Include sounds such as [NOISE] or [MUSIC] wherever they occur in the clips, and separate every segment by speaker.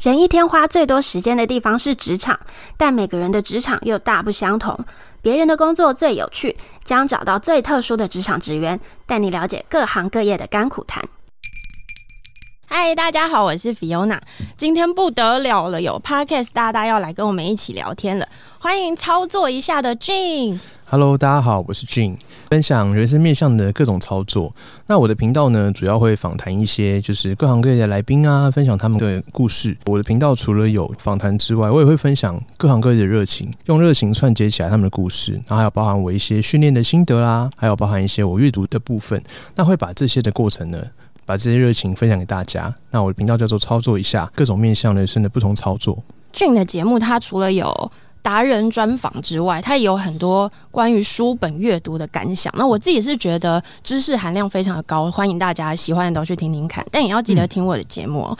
Speaker 1: 人一天花最多时间的地方是职场，但每个人的职场又大不相同。别人的工作最有趣，将找到最特殊的职场职员，带你了解各行各业的甘苦谈。
Speaker 2: 嗨，大家好，我是 Fiona，今天不得了了，有 Podcast 大大要来跟我们一起聊天了，欢迎操作一下的 Jane。
Speaker 3: Hello，大家好，我是 Jin，分享人生面向的各种操作。那我的频道呢，主要会访谈一些就是各行各业的来宾啊，分享他们的故事。我的频道除了有访谈之外，我也会分享各行各业的热情，用热情串接起来他们的故事，然后还有包含我一些训练的心得啦，还有包含一些我阅读的部分。那会把这些的过程呢，把这些热情分享给大家。那我的频道叫做操作一下，各种面向人生的不同操作。
Speaker 2: Jane 的节目，它除了有达人专访之外，它也有很多关于书本阅读的感想。那我自己是觉得知识含量非常的高，欢迎大家喜欢的都去听听看，但也要记得听我的节目哦。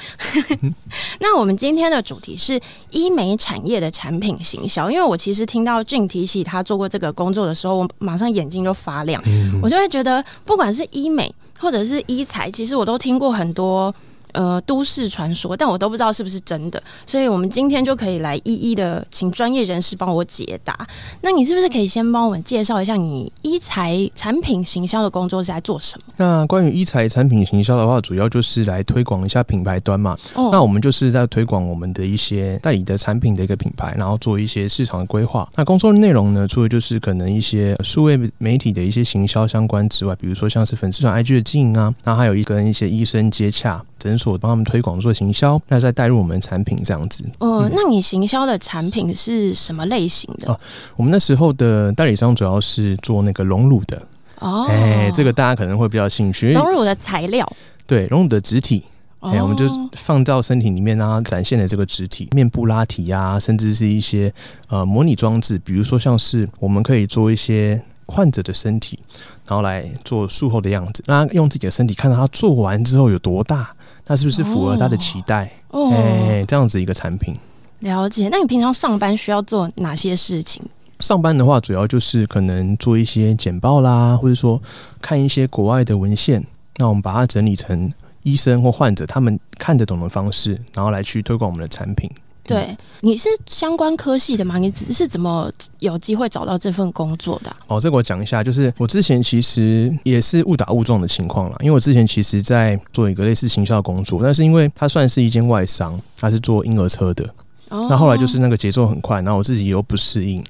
Speaker 2: [LAUGHS] 那我们今天的主题是医美产业的产品行销，因为我其实听到 Jane 提起他做过这个工作的时候，我马上眼睛就发亮，我就会觉得不管是医美或者是医材，其实我都听过很多。呃，都市传说，但我都不知道是不是真的，所以我们今天就可以来一一的请专业人士帮我解答。那你是不是可以先帮我们介绍一下你医材产品行销的工作是在做什么？
Speaker 3: 那关于一财产品行销的话，主要就是来推广一下品牌端嘛。
Speaker 2: 哦
Speaker 3: 那我们就是在推广我们的一些代理的产品的一个品牌，然后做一些市场的规划。那工作内容呢，除了就是可能一些呃数位媒体的一些行销相关之外，比如说像是粉丝团 IG 的经营啊，那还有一跟一些医生接洽。诊所帮他们推广做行销，那再带入我们的产品这样子。
Speaker 2: 呃，那你行销的产品是什么类型的？
Speaker 3: 哦我们那时候的代理商主要是做那个隆乳的，
Speaker 2: 哦，
Speaker 3: 哎、这个大家可能会比较有兴趣，因为
Speaker 2: 隆乳的材料。
Speaker 3: 对隆乳的植体，
Speaker 2: 哦
Speaker 3: 哎、我们就放到身体里面，让它展现的这个肢体、面部拉提啊，甚至是一些呃模拟装置，比如说像是我们可以做一些患者的身体，然后来做术后的样子，让他用自己的身体看到他做完之后有多大，那是不是符合他的期待？哎、
Speaker 2: 哦，
Speaker 3: 这样子一个产品。
Speaker 2: 了解。那你平常上班需要做哪些事情？
Speaker 3: 上班的话，主要就是可能做一些简报啦，或者说看一些国外的文献，那我们把它整理成医生或患者他们看得懂的方式，然后来去推广我们的产品。
Speaker 2: 对，你是相关科系的吗？你只是怎么有机会找到这份工作的啊、
Speaker 3: 哦，这个我讲一下，就是我之前其实也是误打误撞的情况啦，因为我之前其实在做一个类似行销的工作，但是因为它算是一间外商，它是做婴儿车的，
Speaker 2: 哦
Speaker 3: 那后来就是那个节奏很快，然后我自己又不适应，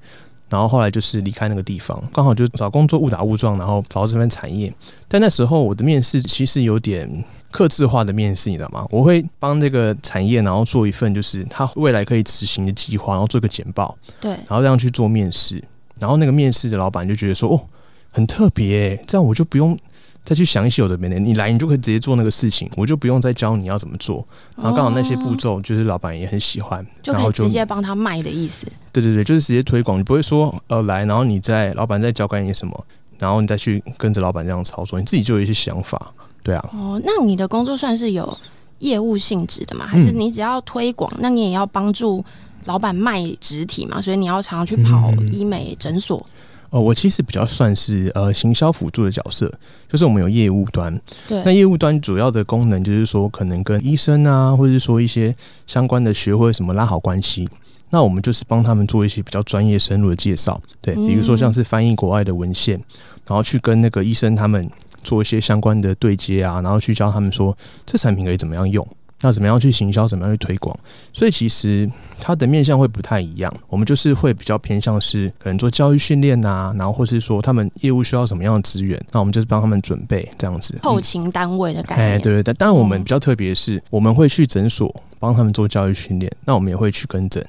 Speaker 3: 然后后来就是离开那个地方，刚好就找工作误打误撞，然后找到这份产业，但那时候我的面试其实有点。克制化的面试，你知道吗？我会帮这个产业，然后做一份就是它未来可以执行的计划，然后做一个简报，
Speaker 2: 对，
Speaker 3: 然后这样去做面试，然后那个面试的老板就觉得说，哦，很特别耶，这样我就不用再去想一些有的没的，你来你就可以直接做那个事情，我就不用再教你要怎么做。然后刚好那些步
Speaker 2: 哦
Speaker 3: 骤就是老板也很喜欢，
Speaker 2: 就
Speaker 3: 然
Speaker 2: 可以
Speaker 3: 后就
Speaker 2: 直接帮他卖的意思。
Speaker 3: 对对对，就是直接推广，你不会说呃来，然后你再老板再教给你什么，然后你再去跟着老板这样操作，你自己就有一些想法，对啊。
Speaker 2: 哦，那你的工作算是有业务性质的吗？还是
Speaker 3: 嗯
Speaker 2: 你只要推广，那你也要帮助老板卖植体嘛？所以你要常常去跑
Speaker 3: 嗯嗯嗯
Speaker 2: 医美诊所。
Speaker 3: 哦，我其实比较算是呃行销辅助的角色，就是我们有业务端，那
Speaker 2: 对，
Speaker 3: 业务端主要的功能就是说，可能跟医生啊，或者是说一些相关的学会什么拉好关系。那我们就是帮他们做一些比较专业深入的介绍，对，
Speaker 2: 嗯
Speaker 3: 比如说像是翻译国外的文献，然后去跟那个医生他们做一些相关的对接啊，然后去教他们说这产品可以怎么样用，那怎么样去行销，怎么样去推广。所以其实它的面向会不太一样，我们就是会比较偏向是可能做教育训练啊，然后或是说他们业务需要什么样的资源，那我们就是帮他们准备这样子。嗯
Speaker 2: 后勤单位的概念。
Speaker 3: 哎，对对，但当然我们
Speaker 2: 嗯
Speaker 3: 比较特别的是，我们会去诊所帮他们做教育训练，那我们也会去跟诊，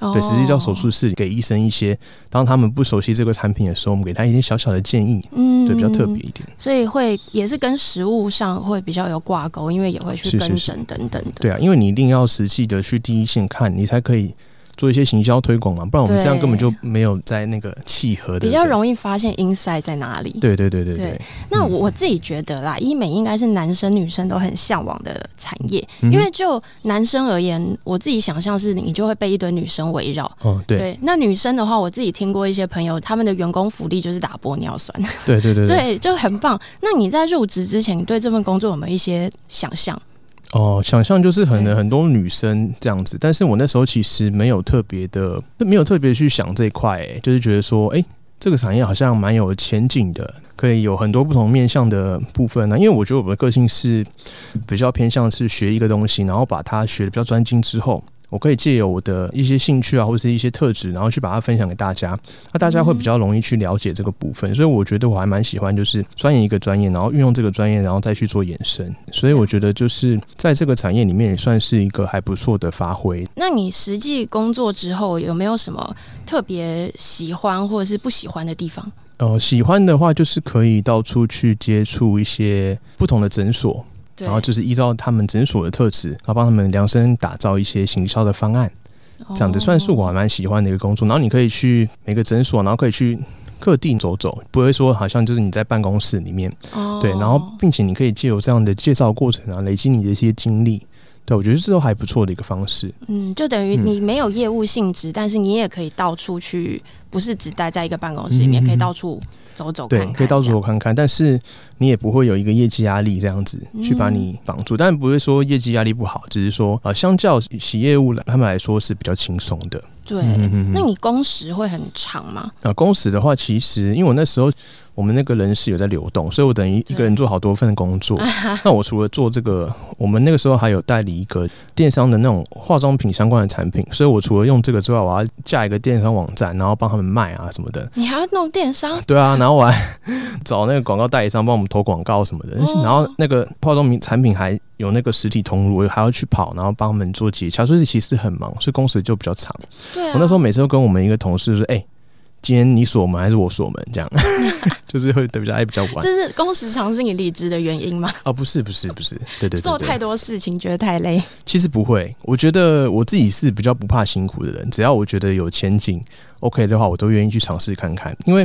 Speaker 2: 哦
Speaker 3: 对，实际到手术室给医生一些，当他们不熟悉这个产品的时候，我们给他一点小小的建议，
Speaker 2: 嗯
Speaker 3: 对，比较特别，一点。
Speaker 2: 所以会也是跟实物上会比较有挂钩，因为也会去
Speaker 3: 是是
Speaker 2: 跟
Speaker 3: 是
Speaker 2: 诊等等的。
Speaker 3: 对啊，因为你一定要实际的去第一线看，你才可以做一些行销推广嘛，不然我们这样
Speaker 2: 对
Speaker 3: 根本就没有在那个契合的，
Speaker 2: 比较
Speaker 3: 对
Speaker 2: 容易发现 inside 在哪里。
Speaker 3: 对对嗯对对对
Speaker 2: 对，那我我自己觉得啦，医美应该是男生女生都很向往的产业，
Speaker 3: 嗯哼
Speaker 2: 因为就男生而言，我自己想象是你就会被一堆女生围绕。
Speaker 3: 哦，对
Speaker 2: 那女生的话，我自己听过一些朋友，他们的员工福利就是打玻尿酸，
Speaker 3: 对对对对。
Speaker 2: 对，就很棒。那你在入职之前，你对这份工作有没有一些想象？
Speaker 3: 哦，想象就是可能
Speaker 2: 对
Speaker 3: 很多女生这样子，但是我那时候其实没有特别的，没有特别去想这一块、欸，就是觉得说，哎、这个产业好像蛮有前景的，可以有很多不同面向的部分啊呢、因为我觉得我的个性是比较偏向是学一个东西，然后把它学的比较专精之后。我可以借由我的一些兴趣啊，或是一些特质，然后去把它分享给大家，那大家会比较容易去了解这个部分。所以我觉得我还蛮喜欢，就是钻研一个专业，然后运用这个专业，然后再去做延伸。所以我觉得就是在这个产业里面也算是一个还不错的发挥。
Speaker 2: 那你实际工作之后有没有什么特别喜欢或者是不喜欢的地方？
Speaker 3: 呃，喜欢的话就是可以到处去接触一些不同的诊所，
Speaker 2: 对
Speaker 3: 然后就是依照他们诊所的特质，然后帮他们量身打造一些行销的方案。
Speaker 2: 哦
Speaker 3: 这样子算是我还蛮喜欢的一个工作。然后你可以去每个诊所，然后可以去各地走走，不会说好像就是你在办公室里面
Speaker 2: 哦
Speaker 3: 对，然后并且你可以借由这样的介绍过程啊，累积你的一些经历。对，我觉得这都还不错的一个方式。
Speaker 2: 嗯，就等于
Speaker 3: 嗯
Speaker 2: 你没有业务性质，但是你也可以到处去，不是只待在一个办公室里面，
Speaker 3: 嗯
Speaker 2: 可以到处走走看
Speaker 3: 对，
Speaker 2: 看，
Speaker 3: 可以到处我看看，但是你也不会有一个业绩压力这样子
Speaker 2: 嗯
Speaker 3: 去把你绑住。但不会说业绩压力不好，只是说呃，相较企业务来他们来说是比较轻松的。
Speaker 2: 这样。
Speaker 3: 嗯
Speaker 2: 对，
Speaker 3: 嗯嗯
Speaker 2: 那你工时会很长吗？
Speaker 3: 啊，工时的话，其实因为我那时候我们那个人事有在流动，所以我等于一个人做好多份工作。 [LAUGHS] 那我除了做这个，我们那个时候还有代理一个电商的那种化妆品相关的产品，所以我除了用这个之外，我要架一个电商网站，然后帮他们卖啊什么的。
Speaker 2: 你还要弄电商？
Speaker 3: 对啊，然后我还找那个广告代理商帮我们投广告什么的，
Speaker 2: 哦
Speaker 3: 然后那个化妆品产品还有那个实体通路，我还要去跑，然后帮他们做结洽，所以其实很忙，所以工时就比较长。
Speaker 2: 对啊，
Speaker 3: 我那时候每次都跟我们一个同事说：“哎、今天你锁门还是我锁门？”这样 [LAUGHS] 就是会比较哎爱比较晚
Speaker 2: 这是工时长是你离职的原因吗？
Speaker 3: 啊，不是不是不是，对对对
Speaker 2: 做太
Speaker 3: 对，
Speaker 2: 多事情觉得太累，
Speaker 3: 其实不会。我觉得我自己是比较不怕辛苦的人，只要我觉得有前景 OK 的话，我都愿意去尝试看看。因为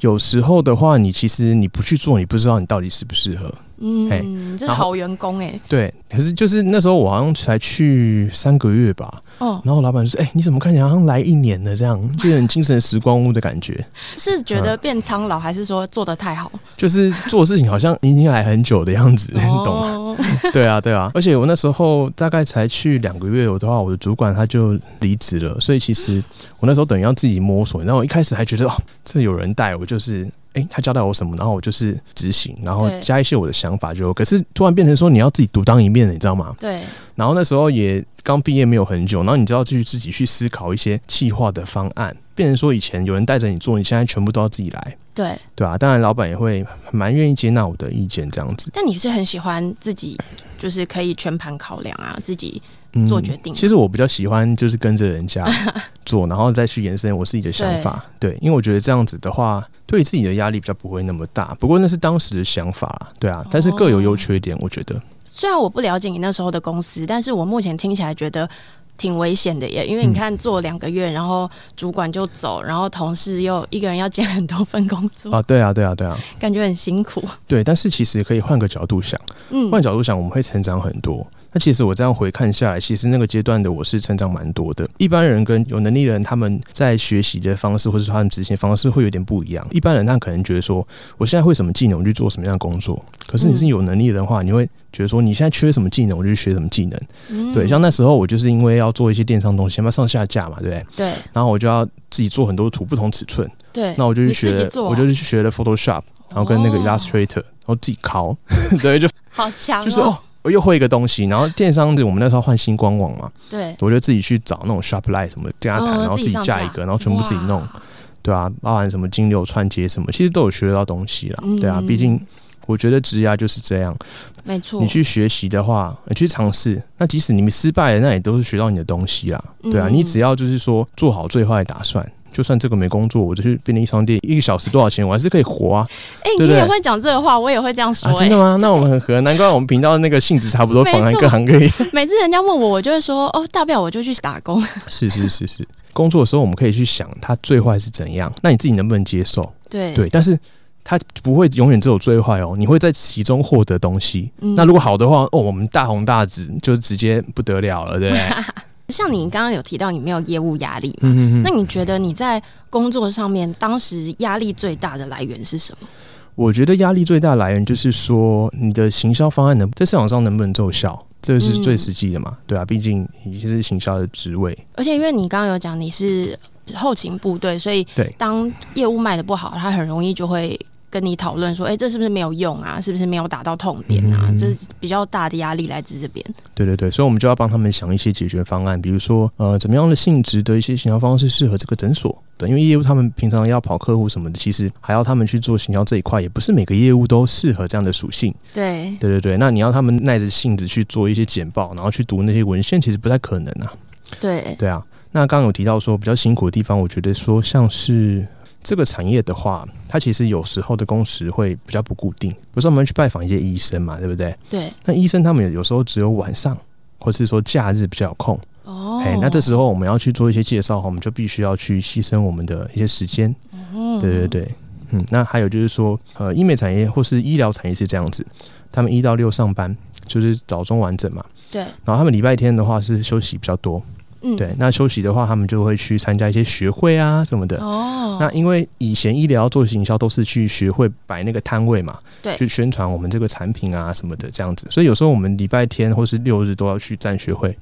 Speaker 3: 有时候的话，你其实你不去做，你不知道你到底适不适合。嘿
Speaker 2: 嗯，这是
Speaker 3: 然后
Speaker 2: 好员工哎、
Speaker 3: 对，可是就是那时候我好像才去三个月吧，
Speaker 2: 哦，
Speaker 3: 然后老板说：“哎、你怎么看起来好像来一年了？这样就有点精神时光屋的感觉。”
Speaker 2: 是觉
Speaker 3: 嗯
Speaker 2: 得变苍老，还是说做的太好？
Speaker 3: 就是做事情好像已经来很久的样 [LAUGHS] 子，你 [LAUGHS] 懂吗？
Speaker 2: 哦，
Speaker 3: [LAUGHS] 对啊，对啊。而且我那时候大概才去两个月，我的话，我的主管他就离职了，所以其实我那时候等于要自己摸索。然后我一开始还觉得哦，这有人带我，就是诶，他交代我什么，然后我就是执行，然后
Speaker 2: 对
Speaker 3: 加一些我的想法就。可是突然变成说你要自己独当一面了，你知道吗？
Speaker 2: 对，
Speaker 3: 然后那时候也刚毕业没有很久，然后你就要去自己去思考一些企划的方案，变成说以前有人带着你做，你现在全部都要自己来。
Speaker 2: 对。
Speaker 3: 对啊，当然老板也会蛮愿意接纳我的意见，这样子、
Speaker 2: 但你是很喜欢自己，就是可以全盘考量啊，自己
Speaker 3: 嗯
Speaker 2: 做决定
Speaker 3: 其实我比较喜欢就是跟着人
Speaker 2: [LAUGHS]
Speaker 3: 家做，然后再去延伸我自己的想法。对，因为我觉得这样子的话，对自己的压力比较不会那么大。不过那是当时的想法啦，对啊，但是各有优缺点，
Speaker 2: 哦
Speaker 3: 我觉得。
Speaker 2: 虽然我不了解你那时候的公司，但是我目前听起来觉得挺危险的耶，因为你
Speaker 3: 嗯
Speaker 2: 看做两个月，然后主管就走，然后同事又一个人要兼很多份工作，
Speaker 3: 啊，对啊，对啊，对啊，
Speaker 2: 感觉很辛苦。
Speaker 3: 对。但是其实可以换个角度想，
Speaker 2: 嗯，
Speaker 3: 换角度想，我们会成长很多。那其实我这样回看下来，其实那个阶段的我是成长蛮多的。一般人跟有能力的人，他们在学习的方式或者说他们执行方式会有点不一样。一般人他可能觉得说，我现在会什么技能，我就做什么样的工作。可是你是有能力的话，你会觉得说，你现在缺什么技能，我就学什么技能。
Speaker 2: 嗯
Speaker 3: 对，像那时候我就是因为要做一些电商东西，先把上下架嘛，对不对？
Speaker 2: 对
Speaker 3: 然后我就要自己做很多图，不同尺寸。
Speaker 2: 对，
Speaker 3: 那我就去
Speaker 2: 你自
Speaker 3: 学
Speaker 2: 己
Speaker 3: 了，
Speaker 2: 做啊
Speaker 3: 我就去学了 Photoshop，然后跟那个
Speaker 2: 哦
Speaker 3: Illustrator，、然后自己
Speaker 2: [LAUGHS]
Speaker 3: 拷，对，就
Speaker 2: 好强、哦，
Speaker 3: 就是哦，我又会一个东西。然后电商的，我们那时候换星光网嘛，
Speaker 2: 对，
Speaker 3: 我就自己去找那种 Shopify 什么的跟他谈，
Speaker 2: 嗯
Speaker 3: 然后自
Speaker 2: 自己
Speaker 3: 己
Speaker 2: 上
Speaker 3: 架
Speaker 2: 架
Speaker 3: 一个，然后全部自己弄，
Speaker 2: 哇
Speaker 3: 对啊，包含什么金流串接什么，其实都有学到东西啦，对啊，
Speaker 2: 嗯
Speaker 3: 毕竟。我觉得职涯就是这样，
Speaker 2: 没错，
Speaker 3: 你去学习的话，你去尝试，那即使你们失败了，那也都是学到你的东西啦，对啊，
Speaker 2: 嗯
Speaker 3: 你只要就是说做好最坏的打算，就算这个没工作，我就去便利商店一个小时多少钱，我还是可以活啊，
Speaker 2: 哎、
Speaker 3: 对不
Speaker 2: 你也
Speaker 3: 对
Speaker 2: 会讲这个话，我也会这样说、
Speaker 3: 啊，真
Speaker 2: 哎、
Speaker 3: 的吗？那我们很合，难怪我们频道那个性质差不多，访谈各行各业。
Speaker 2: 每次人家问我，我就会说哦，大不了我就去打工。
Speaker 3: 是是是是，工作的时候我们可以去想它最坏是怎样，那你自己能不能接受？[LAUGHS]
Speaker 2: 对
Speaker 3: 对，但是它不会永远只有最坏哦，你会在其中获得东西。
Speaker 2: 嗯
Speaker 3: 那如果好的话，哦，我们大红大紫就直接不得了了，
Speaker 2: [LAUGHS]
Speaker 3: 对不对？
Speaker 2: 像你刚刚有提到你没有业务压力嘛，
Speaker 3: 嗯嗯
Speaker 2: 那
Speaker 3: 嗯，
Speaker 2: 你觉得你在工作上面当时压力最大的来源是什么？
Speaker 3: 我觉得压力最大来源就是说你的行销方案能在市场上能不能奏效。这是最
Speaker 2: 嗯
Speaker 3: 实际的嘛，对啊，毕竟你是行销的职位，
Speaker 2: 而且因为你刚刚有讲你是后勤部队，所以
Speaker 3: 对
Speaker 2: 当业务卖的不好，他很容易就会跟你讨论说，哎、这是不是没有用啊？是不是没有打到痛点啊？
Speaker 3: 嗯
Speaker 2: 这是比较大的压力来自这边。
Speaker 3: 对对对，所以我们就要帮他们想一些解决方案，比如说呃，怎么样的性质的一些行销方式适合这个诊所对，因为业务他们平常要跑客户什么的，其实还要他们去做行销这一块，也不是每个业务都适合这样的属性。
Speaker 2: 对，
Speaker 3: 对对对，那你要他们耐着性子去做一些简报，然后去读那些文献，其实不太可能啊。
Speaker 2: 对，
Speaker 3: 对啊，那刚刚有提到说比较辛苦的地方，我觉得说像是这个产业的话，它其实有时候的工时会比较不固定。比如说我们去拜访一些医生嘛，对不对？
Speaker 2: 对，
Speaker 3: 那医生他们有有时候只有晚上，或是说假日比较有空。
Speaker 2: 哦，
Speaker 3: 哎、那这时候我们要去做一些介绍，我们就必须要去牺牲我们的一些时间。
Speaker 2: 嗯
Speaker 3: 对对，对，嗯，那还有就是说，呃，医美产业或是医疗产业是这样子，他们一到六上班，就是早中晚整嘛。
Speaker 2: 对，
Speaker 3: 然后他们礼拜天的话是休息比较多，
Speaker 2: 嗯，
Speaker 3: 对，那休息的话，他们就会去参加一些学会啊什么的。
Speaker 2: 哦，
Speaker 3: 那因为以前医疗做行销都是去学会摆那个摊位嘛，
Speaker 2: 对
Speaker 3: 去宣传我们这个产品啊什么的这样子，所以有时候我们礼拜天或是六日都要去站学会，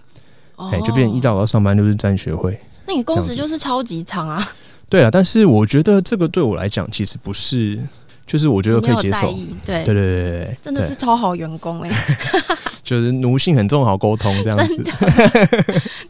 Speaker 2: 哦
Speaker 3: 哎、就变成一。到五要上班，六日站学会。
Speaker 2: 那你工
Speaker 3: 这
Speaker 2: 时
Speaker 3: 样
Speaker 2: 就是超级长啊，
Speaker 3: 对啊，但是我觉得这个对我来讲其实不是，就是我觉得
Speaker 2: 没
Speaker 3: 可以
Speaker 2: 有
Speaker 3: 接
Speaker 2: 在
Speaker 3: 受。
Speaker 2: 意，对，
Speaker 3: 对对对对对，
Speaker 2: 真的
Speaker 3: 对
Speaker 2: 是超好员工哎、
Speaker 3: 就是奴性很重，好沟通这样子
Speaker 2: [LAUGHS] 真。的。 [LAUGHS]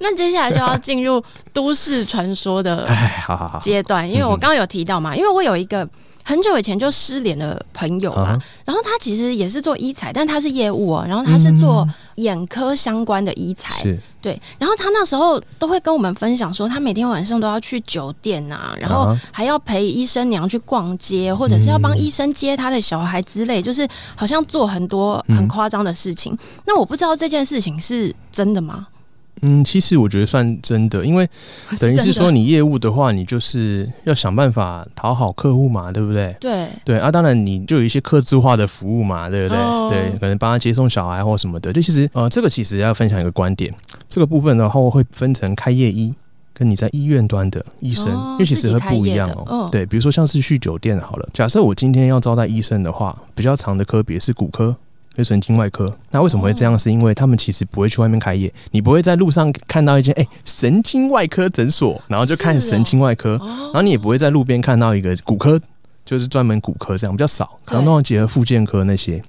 Speaker 2: 那接下来就要进入都市传说的
Speaker 3: 哎，好好好，嗯
Speaker 2: 阶段，因为我刚刚有提到嘛，因为我有一个很久以前就失联的朋友嘛，
Speaker 3: 啊，
Speaker 2: 然后他其实也是做医材，但他是业务哦、然后他是做眼科相关的医材，
Speaker 3: 嗯是，
Speaker 2: 对，然后他那时候都会跟我们分享说，他每天晚上都要去酒店啊，然后
Speaker 3: 啊
Speaker 2: 还要陪医生娘去逛街，或者是要帮
Speaker 3: 嗯
Speaker 2: 医生接他的小孩之类，就是好像做很多很夸张的事情。那我不知道这件事情是真的吗？
Speaker 3: 嗯，其实我觉得算真的，因为嗯等于
Speaker 2: 真
Speaker 3: 是
Speaker 2: 的
Speaker 3: 说你业务的话，你就是要想办法讨好客户嘛，对不对？
Speaker 2: 对
Speaker 3: 对啊，当然你就有一些客制化的服务嘛，对不对？
Speaker 2: 哦
Speaker 3: 对，可能帮他接送小孩或什么的。就其实呃，这个其实要分享一个观点，这个部分的话会分成开业医跟你在医院端的医生，
Speaker 2: 哦
Speaker 3: 因为其实会不一样
Speaker 2: 自己
Speaker 3: 哦
Speaker 2: 开。业的嗯
Speaker 3: 对，比如说像是去酒店好了，假设我今天要招待医生的话，比较长的科别是骨科。跟神经外科，那为什么会这
Speaker 2: 哦
Speaker 3: 样？是因为他们其实不会去外面开业，你不会在路上看到一间哎、神经外科诊所，然后就是看
Speaker 2: 哦
Speaker 3: 神经外科，
Speaker 2: 哦
Speaker 3: 然后你也不会在路边看到一个骨科，就是专门骨科这样比较少，可能都要结合复健科那些。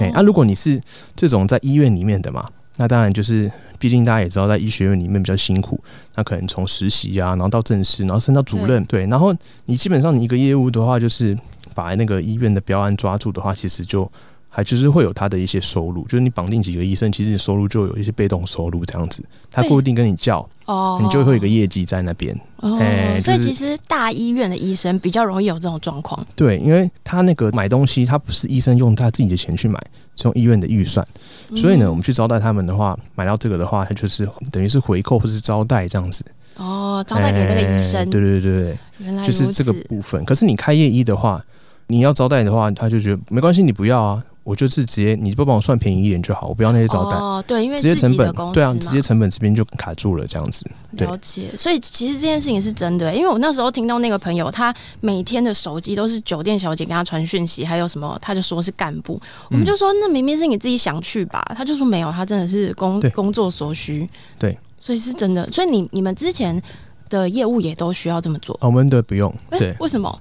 Speaker 3: 哎，那、如果你是这种在医院里面的嘛，那当然就是，毕竟大家也知道，在医学院里面比较辛苦，那可能从实习啊，然后到正式，然后升到主任，对，然后你基本上你一个业务的话，就是把那个医院的标案抓住的话，其实就。还就是会有他的一些收入，就是你绑定几个医生，其实你收入就有一些被动收入这样子，他
Speaker 2: 被
Speaker 3: 固定跟你叫，
Speaker 2: 哦
Speaker 3: 你就会有一个业绩在那边。
Speaker 2: 哦
Speaker 3: 哎
Speaker 2: 所以
Speaker 3: 就是
Speaker 2: 其实大医院的医生比较容易有这种状况。
Speaker 3: 对，因为他那个买东西，他不是医生用他自己的钱去买，是用医院的预算。所以
Speaker 2: 嗯
Speaker 3: 呢，我们去招待他们的话，买到这个的话，他就是等于是回扣或是招待这样子，
Speaker 2: 哦，招待给那个医
Speaker 3: 哎
Speaker 2: 生，
Speaker 3: 对对对对
Speaker 2: 原来
Speaker 3: 对，
Speaker 2: 如
Speaker 3: 就是
Speaker 2: 此。
Speaker 3: 这个部分。可是你开业医的话，你要招待的话，他就觉得没关系，你不要啊，我就是直接你就帮我算便宜一点就好，我不要那些招待。
Speaker 2: 哦，对，因为
Speaker 3: 直接
Speaker 2: 自
Speaker 3: 成
Speaker 2: 己
Speaker 3: 本
Speaker 2: 的公司
Speaker 3: 对啊，
Speaker 2: 嘛
Speaker 3: 直接成本这边就卡住了，这样子。对
Speaker 2: 了解。所以其实这件事情是真的、因为我那时候听到那个朋友，他每天的手机都是酒店小姐给他传讯息，还有什么，他就说是干部，
Speaker 3: 嗯
Speaker 2: 我们就说那明明是你自己想去吧，他就说没有，他真的是工
Speaker 3: 对
Speaker 2: 工作所需。
Speaker 3: 对，
Speaker 2: 所以是真的。所以你你们之前的业务也都需要这么做，
Speaker 3: 啊我们的不用，
Speaker 2: 哎
Speaker 3: 对，
Speaker 2: 为什么？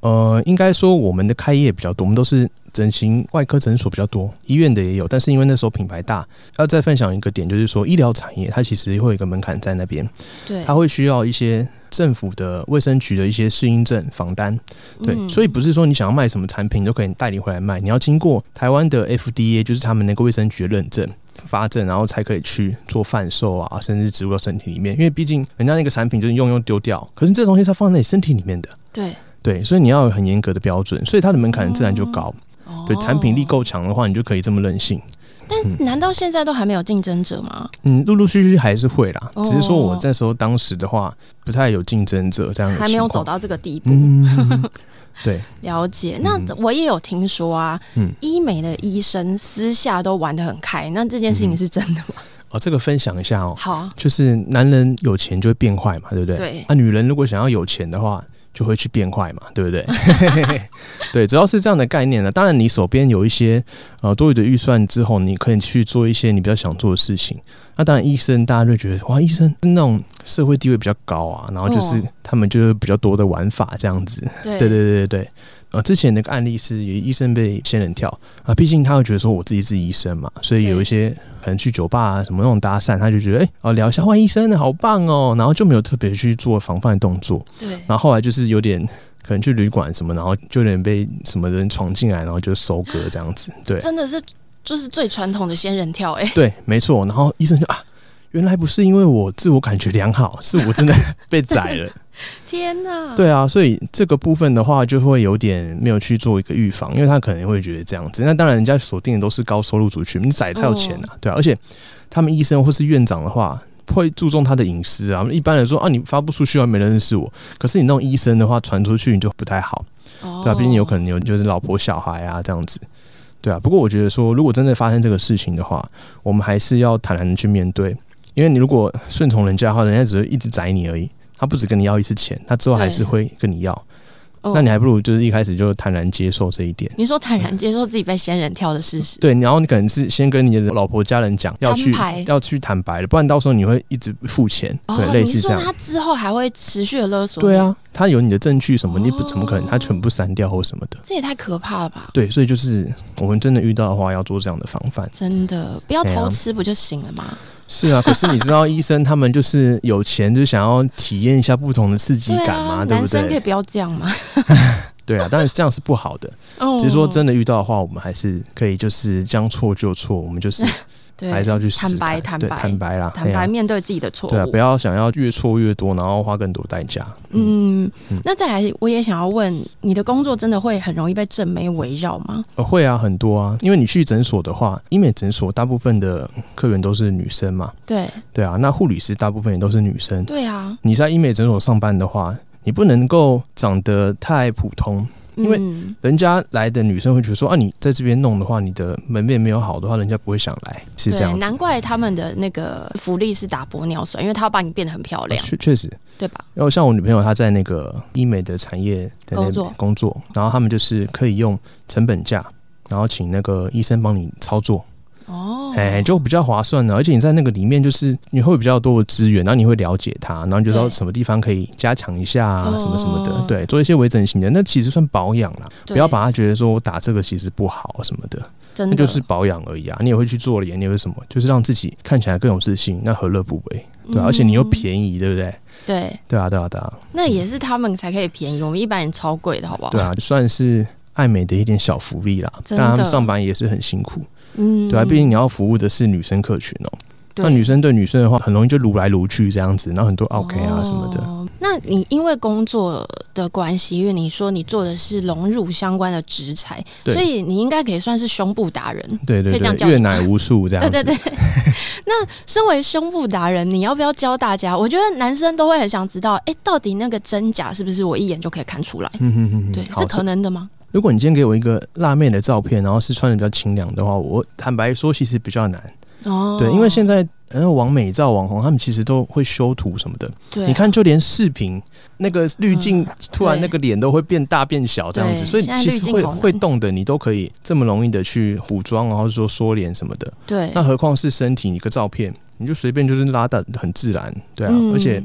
Speaker 3: 呃，应该说我们的开业比较多，我们都是整形外科诊所比较多，医院的也有，但是因为那时候品牌大，要再分享一个点，就是说医疗产业它其实会有一个门槛在那边，
Speaker 2: 对，
Speaker 3: 它会需要一些政府的卫生局的一些适应症访单，对，
Speaker 2: 嗯
Speaker 3: 所以不是说你想要卖什么产品你就可以代理回来卖，你要经过台湾的 FDA，就是他们那个卫生局的认证。发证，然后才可以去做贩售啊，甚至植入到身体里面。因为毕竟人家那个产品就是用用丢掉，可是这东西是要放在你身体里面的，
Speaker 2: 对。
Speaker 3: 对，所以你要有很严格的标准，所以它的门槛自然就高。
Speaker 2: 哦
Speaker 3: 对，产品力，够强的话，你就可以这么任性。
Speaker 2: 但哦难道现在都还没有竞争者吗？
Speaker 3: 嗯，陆陆续续还是会啦，只是说我
Speaker 2: 哦
Speaker 3: 那时候当时的话，不太有竞争者这样的
Speaker 2: 还没
Speaker 3: 嗯
Speaker 2: 有
Speaker 3: 情况。
Speaker 2: 走到这个地步。 [LAUGHS]
Speaker 3: 嗯，对，
Speaker 2: 了解，那我也有听说啊，
Speaker 3: 嗯
Speaker 2: 医美的医生私下都玩得很开，那这件事情是真的吗？
Speaker 3: 哦，这个分享一下哦，
Speaker 2: 好，
Speaker 3: 就是男人有钱就会变坏嘛，对不对？
Speaker 2: 对
Speaker 3: 啊，女人如果想要有钱的话，就会去变坏嘛，对不对？ [LAUGHS] 对，主要是这样的概念啊呢。当然，你手边有一些呃多余的预算之后，你可以去做一些你比较想做的事情。那当然，医生大家就觉得哇，医生是那种社会地位比较高啊，然后就是
Speaker 2: 哦
Speaker 3: 他们就是比较多的玩法这样子。
Speaker 2: 对
Speaker 3: 对对对对对。呃，之前那个案例是有医生被仙人跳啊，毕竟他会觉得说我自己是医生嘛，所以
Speaker 2: 对
Speaker 3: 有一些可能去酒吧啊什么那种搭讪，他就觉得哎哦、聊一下换医生好棒哦，然后就没有特别去做防范的动作，
Speaker 2: 对
Speaker 3: 然后后来就是有点可能去旅馆什么，然后就有点被什么人闯进来，然后就收割这样子，对
Speaker 2: 真的是就是最传统的仙人跳哎、
Speaker 3: 对，没错，然后医生就啊。原来不是因为我自我感觉良好，是我真的 [LAUGHS] 被宰了。
Speaker 2: 天哪！
Speaker 3: 对啊，所以这个部分的话，就会有点没有去做一个预防，因为他可能会觉得这样子。那当然，人家锁定的都是高收入族群，你宰才有钱啊，对啊。而且他们医生或是院长的话，会注重他的隐私啊。一般人说啊，你发布出去啊，没人认识我。可是你那种医生的话，传出去你就不太好，
Speaker 2: 哦
Speaker 3: 对啊。毕竟有可能有就是老婆小孩啊这样子，对啊。不过我觉得说，如果真的发生这个事情的话，我们还是要坦然的去面对，因为你如果顺从人家的话，人家只会一直宰你而已。他不止跟你要一次钱，他之后还是会跟你要。
Speaker 2: 哦
Speaker 3: 那你还不如就是一开始就坦然接受这一点。
Speaker 2: 你说坦然接受自己被仙人跳的事实，
Speaker 3: 对，然后你可能是先跟你的老婆家人讲，要去
Speaker 2: 摊牌
Speaker 3: 要去坦白了，不然到时候你会一直付钱，
Speaker 2: 哦
Speaker 3: 对，，类
Speaker 2: 你
Speaker 3: 似这
Speaker 2: 说他
Speaker 3: 样。
Speaker 2: 之后还会持续的勒索？
Speaker 3: 对，啊，他有你的证据什么，你不
Speaker 2: 哦
Speaker 3: 怎么可能他全部删掉或什么的。
Speaker 2: 这也太可怕了吧！
Speaker 3: 对，所以就是我们真的遇到的话，要做这样的防范。
Speaker 2: 真的，不要
Speaker 3: 对啊
Speaker 2: 偷吃不就行了吗？
Speaker 3: 是啊，可是你知
Speaker 2: [LAUGHS]
Speaker 3: 道医生他们就是有钱，就想要体验一下不同的刺激
Speaker 2: 对
Speaker 3: 感嘛，
Speaker 2: 啊，
Speaker 3: 对
Speaker 2: 男
Speaker 3: 不
Speaker 2: 生可以
Speaker 3: 对？
Speaker 2: 不要这样吗？
Speaker 3: 对啊，但是这样是不好的。
Speaker 2: 哦
Speaker 3: 只是说真的遇到的话，我们还是可以就是将错就错，我们就是
Speaker 2: [LAUGHS] 对，
Speaker 3: 还是要去试
Speaker 2: 坦
Speaker 3: 试
Speaker 2: 白，
Speaker 3: 看
Speaker 2: 坦
Speaker 3: 对
Speaker 2: 白，
Speaker 3: 坦白啦，
Speaker 2: 坦
Speaker 3: 嘿啊
Speaker 2: 白面对自己的错误。
Speaker 3: 对啊，不要想要越错越多，然后花更多代价。嗯，
Speaker 2: 嗯，那再来，我也想要问，你的工作真的会很容易被正妹围绕吗？
Speaker 3: 呃会啊，很多啊，因为你去诊所的话，医美诊所大部分的客源都是女生嘛，
Speaker 2: 对，
Speaker 3: 对啊，那护理师大部分也都是女生。
Speaker 2: 对啊，
Speaker 3: 你在医美诊所上班的话，你不能够长得太普通，因为
Speaker 2: 嗯、
Speaker 3: 人家来的女生会觉得说啊，你在这边弄的话，你的门面没有好的话，人家不会想来，是这
Speaker 2: 对，
Speaker 3: 样子哦
Speaker 2: 难。怪他们的那个福利是打玻尿酸，因为他要把你变得很漂亮，
Speaker 3: 确确实，
Speaker 2: 对吧？
Speaker 3: 然后像我女朋友，她在那个医美的产业的那
Speaker 2: 工作
Speaker 3: 工作，然后他们就是可以用成本价，然后请那个医生帮你操作，
Speaker 2: 哦，
Speaker 3: 哎、就比较划算呢。而且你在那个里面，就是你会有比较多的资源，然后你会了解它，然后你就知道
Speaker 2: 对
Speaker 3: 什么地方可以加强一下啊，
Speaker 2: 哦
Speaker 3: 什么什么的，对，做一些微整形的，那其实算保养啦，
Speaker 2: 对
Speaker 3: 不要把它觉得说我打这个其实不好什么的，
Speaker 2: 真
Speaker 3: 那
Speaker 2: 的
Speaker 3: 就是保养而已啊。你也会去做脸，你也会什么，就是让自己看起来更有自信，那何乐不为？对啊、而且你又
Speaker 2: 宜，
Speaker 3: 便宜，对不对？
Speaker 2: 嗯对，
Speaker 3: 对啊，对啊，对啊。
Speaker 2: 那也是他们才可以便宜，我们一般人超贵的好不好？
Speaker 3: 对啊，算是爱美的一点小福利啦。
Speaker 2: 哦真
Speaker 3: 但
Speaker 2: 的
Speaker 3: 他们上班也是很辛苦，
Speaker 2: 嗯，
Speaker 3: 对啊，毕竟你要服务的是女生客群哦、
Speaker 2: 对
Speaker 3: 那女生对女生的话，很容易就撸来撸去这样子，然后很多 OK 啊什么的。
Speaker 2: 哦那你因为工作的关系，因为你说你做的是隆乳相关的职才，
Speaker 3: 对
Speaker 2: 所以你应该可以算是胸部达人。
Speaker 3: 对
Speaker 2: 可
Speaker 3: 对
Speaker 2: 以这样叫
Speaker 3: 对，
Speaker 2: 你
Speaker 3: 越奶无数这样
Speaker 2: 对
Speaker 3: 子。
Speaker 2: [LAUGHS] 对对，那身为胸部达人，你要不要教大家？我觉得男生都会很想知道，哎、到底那个真假是不是我一眼就可以看出来？
Speaker 3: 嗯哼哼哼
Speaker 2: 对，
Speaker 3: 好
Speaker 2: 是可能的吗？
Speaker 3: 如果你今天给我一个辣妹的照片，然后是穿的比较清凉的话，我坦白说其实比较难。
Speaker 2: 哦，
Speaker 3: 对，因为现在呃网美照、网红他们其实都会修图什么的。
Speaker 2: 对啊
Speaker 3: 你看，就连视频那个滤镜，突然
Speaker 2: 对
Speaker 3: 那个脸都会变大变小这样子，
Speaker 2: 对
Speaker 3: 所以
Speaker 2: 现在
Speaker 3: 其
Speaker 2: 滤
Speaker 3: 实
Speaker 2: 镜
Speaker 3: 会
Speaker 2: 好难
Speaker 3: 会动的，你都可以这么容易的去补妆，然后说缩脸什么的。
Speaker 2: 对，
Speaker 3: 那何况是身体，一个照片你就随便就是拉的很自然，对啊，
Speaker 2: 嗯
Speaker 3: 而且